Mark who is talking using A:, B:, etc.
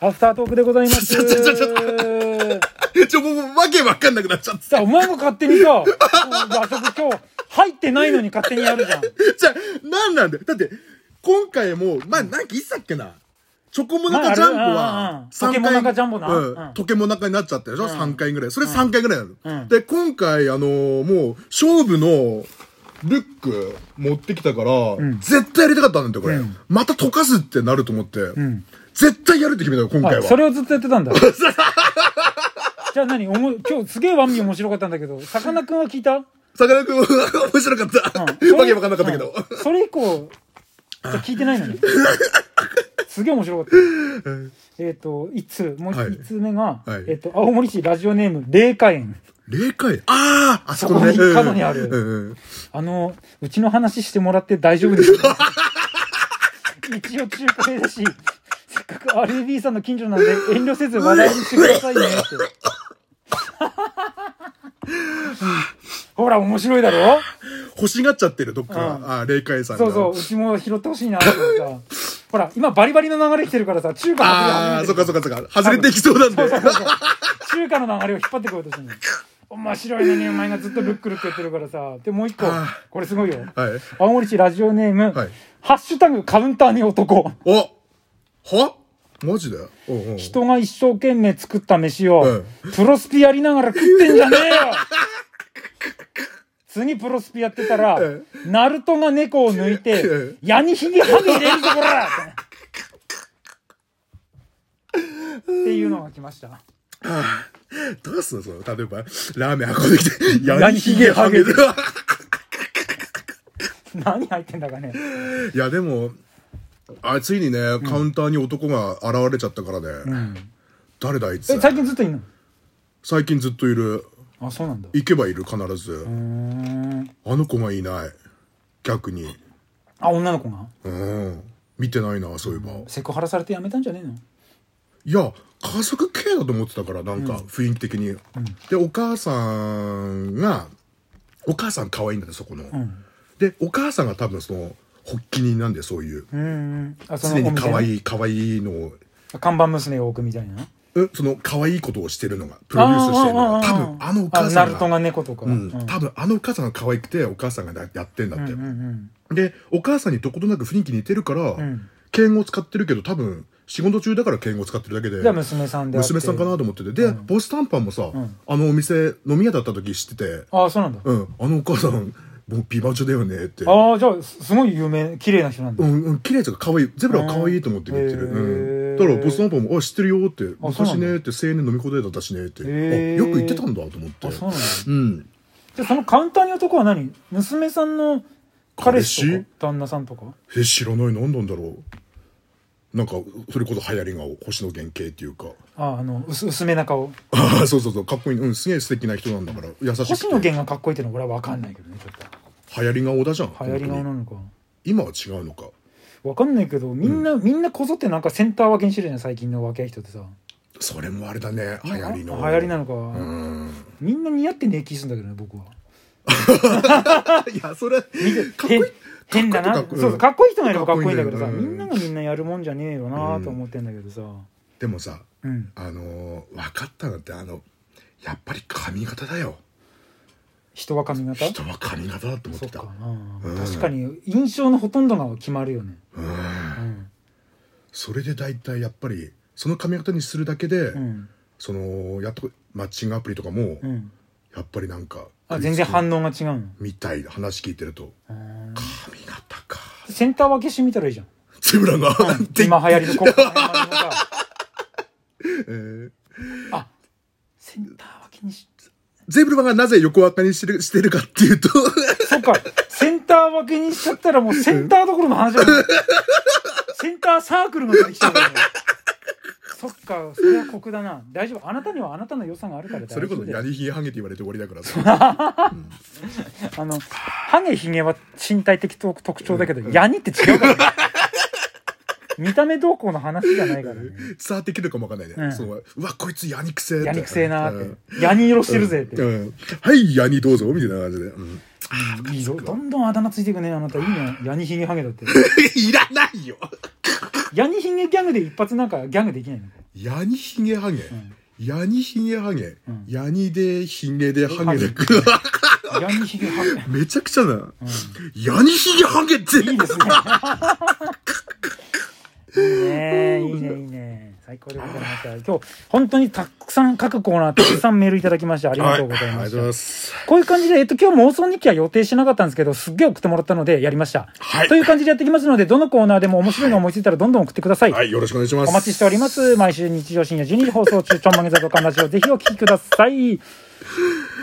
A: アフタートークでございます。
B: ちょちょちょちょ ちょ、もう、もうわけわかんなくなっちゃった。
A: さあ、お前も勝手にさ、あそこ今日、入ってないのに勝手にやるじゃん。
B: じゃあ、なんなんだよ。だって、今回も、まあ、なんかいつだっけな。チョコモナ
A: まああ
B: カ
A: れ
B: ジャンボ
A: うんうん
B: は、三
A: ポケモナカジャンボな
B: う
A: うん
B: ん。ポケモナカになっちゃったでしょ ?3 回ぐらい。それ3回ぐらいな
A: うん
B: の。で、今回、あのー、もう、勝負の、ルック持ってきたから、絶対やりたかったんだよ、これ。また溶かすってなると思って。絶対やるって決めたの、今回
A: あそ
B: は。
A: れをずっとやってたんだ。じゃあ何おも今日すげえワンミ面白かったんだけど、さかなクンは聞いた、うん
B: さかなクン、面 白かった。わけわかんなかったけど。
A: うんそれ以降、じゃあ聞いてないのに。すげえ面白かった。えっと、一通、もう
B: はい
A: 一通目が、
B: はい
A: えっと、青森市ラジオネーム、霊華園。
B: 霊界あああそこね。
A: そこに角にある
B: うんうんうん
A: あの、うちの話してもらって大丈夫ですか一応中華系だし、せっかく RB さんの近所なんで遠慮せず話題にしてくださいねって。 ほら、面白いだろ
B: 欲しがっちゃってる、どっか
A: うん
B: が。あー霊界さんが。
A: そうそう、うちも拾ってほしいなってさ。ほら、今バリバリの流れ来てるからさ、中華
B: ああ、
A: の
B: そ
A: 流
B: っ
A: れ
B: かそっかそっか。外れていきそうなんで。
A: 中華の流れを引っ張ってこようとしてるの。面白いのにお前がずっとルックルックやってるからさ。で、もう一個
B: あ、
A: これすごいよ。
B: はい。
A: 青森市ラジオネーム、
B: はい
A: ハッシュタグカウンターに男。
B: おはマジでおうおう
A: 人が一生懸命作った飯を、
B: うん
A: プロスピやりながら食ってんじゃねえよ次プロスピやってたら、
B: うん
A: ナルトが猫を抜いて、
B: う
A: 矢にひげはげ入れるぞこらっていうのが来ました。
B: どうすんのその、例えば、ラーメン運ん できて、
A: や
B: や
A: に
B: に
A: ひ
B: ひ
A: げ
B: げ
A: は
B: は
A: げ
B: げ
A: る
B: る。
A: 何入ってんだかね。
B: いや、で も、あついにね、カウンターに男が現れちゃったからね。誰だあいつ
A: え、。最近ずっといんの
B: 最近ずっといる。
A: あ、そうなんだ。
B: 行けばいる、必ず。
A: うーん。
B: あの子がいない。逆に。
A: あ、女の子が
B: うん。見てないな、そういえば。
A: セクハラされてやめたんじゃねえの
B: いや、家族系だと思ってたから、なんか、雰囲気的に。で、お母さんが、お母さん可愛いんだね、そこの。で、お母さんが多分その、発起人なんで、そういう。
A: うーん。あ、その
B: 常に可
A: い。
B: 愛い、可愛いのを、
A: 看板娘を置くみたいな。
B: えその、可愛いことをしてるのが、プロデュースしてるの
A: あー
B: が、多分、あのお母さ
A: あナ
B: ん
A: ルト
B: が、
A: が猫とか。
B: うん、多分、あのお母さんが可愛くて、お母さんがやってんだって。
A: うんうん
B: で、お母さんにどことなく雰囲気似てるから、
A: ん
B: 敬語使ってるけど、多分、仕事中だから敬語使ってるだけで。
A: じゃあ娘さんであって
B: 娘さんかなと思ってて。で、ボス短パンもさ、
A: ん
B: あのお店、飲み屋だった時知ってて、
A: ああそうなんだ、
B: うん、あのお母さん、もう美魔女だよねって。
A: ああじゃあすすごい有名綺麗な人なんだ、
B: うん、うん、綺麗とか可愛い。ゼブラは可愛いと思って見てる。
A: へー
B: うん。だから、ボス短パンも、あ、知ってるよって、
A: あそうな
B: 昔
A: んだ
B: ねって、青年飲み子でだったしねって、あ、
A: へー
B: よく言ってたんだと思って。
A: あそうなんだ
B: うん。
A: でそのカウンターに男は何娘さんの彼氏と
B: 彼
A: か
B: 氏
A: 旦那さんとか
B: え、知らない、何なんだろう。なんか、それこそ流行りが星野源系っていうか。
A: あああの薄薄めな顔
B: ああ、そうそうそう、かっこいい。うん、すげえ素敵な人なんだから、優しくて。
A: 星野源がかっこいいってのは俺は分かんないけどねちょっ
B: 流行り顔だじゃん。
A: と流行り顔
B: 本当
A: な
B: に
A: のか
B: 今は違うのか。
A: 分かんないけどみんな、みんなこぞってなんかセンター分けにしてるじゃん最近の若い人ってさ
B: それもあれだね、流行りの。
A: あ流行 りなのか、
B: うん。
A: みんな似合って寝気するんだけどね僕はい
B: や、それ、かっこいい
A: へ。変だな
B: か
A: そう
B: っこいい
A: そうかっこいい人がいればかっこいいんだけどさ
B: かっこいい
A: み
B: ん
A: んな
B: だよ
A: がみんなやるもんじゃねえよなと思ってんだけどさ、
B: でもさ、
A: うん、
B: あのー、分かったのって、あの、やっぱり髪型だよ。
A: 人は髪型
B: 人は髪型だと思っ
A: そ
B: て。
A: ったか
B: う
A: な、
B: うん。
A: 確かに印象のほとんどが決まるよね、うんん
B: それで大体、やっぱり、その髪型にするだけで、
A: うん
B: その、やっと、マッチングアプリとかも、
A: うん、
B: やっぱりなんか、
A: あ全然反応が違うの
B: みたいな話聞いてると、
A: うん
B: 髪型か。
A: センター分けしてみたらいいじゃん
B: ゼブラが、って
A: 今流行りのここら 辺までのさ
B: えー
A: あセンター分けにし
B: ゼブラがなぜ横赤にしてるしてるかっていうと、
A: そっかセンター分けにしちゃったらもうセンターどころの話じゃないセンターサークルが出てきちゃうんだよねそっかそれは酷だな大丈夫あなたにはあなたの良さがあるから大丈
B: そ
A: 夫
B: れこそ
A: だよ
B: ヤニヒゲハゲって言われて終わりだからさ。
A: あの、ハゲヒゲは身体的特特徴だけど、ヤニって違うから、ね。見た目どうこうの話じゃないからね。
B: 伝わってくるかもわかんないね。
A: ん
B: そのうわ、こいつヤニくせえって
A: ヤニくせえな
B: う
A: ーっ
B: ん
A: て。ヤニ色してるぜって。
B: うんはい、ヤニどうぞ、みたいな感じで。うん
A: いいぞ。どんどんあだ名ついていくね、あなた。いいね。ヤニヒゲハゲだって。
B: いらないよ
A: ヤニヒゲギャグで一発なんかギャグできないの
B: ヤニヒゲハゲ、ヤニヒゲハゲ、
A: うん
B: ヤニでヒゲでハゲで、
A: ヤニヒゲハゲ。
B: めちゃくちゃな、ヤニヒゲハゲって
A: いいですね。いいね、いいね、いいね。最高でございました。今日、本当にたくさん各コーナー、たくさんメールいただきまして、ありがとうござい
B: はあ
A: ま
B: りがとう
A: した。
B: ございます。
A: こういう感じで、えっと、今日妄想日記は予定しなかったんですけど、すっげえ送ってもらったので、やりました。
B: はい
A: という感じでやっていきますので、どのコーナーでも面白いの思いついたら、どんどん送ってください。
B: はい、よろしくお願いします。
A: お待ちしております。毎週日曜深夜12時放送中、ちょんまげ座とかんラジオ、ぜひお聞きください。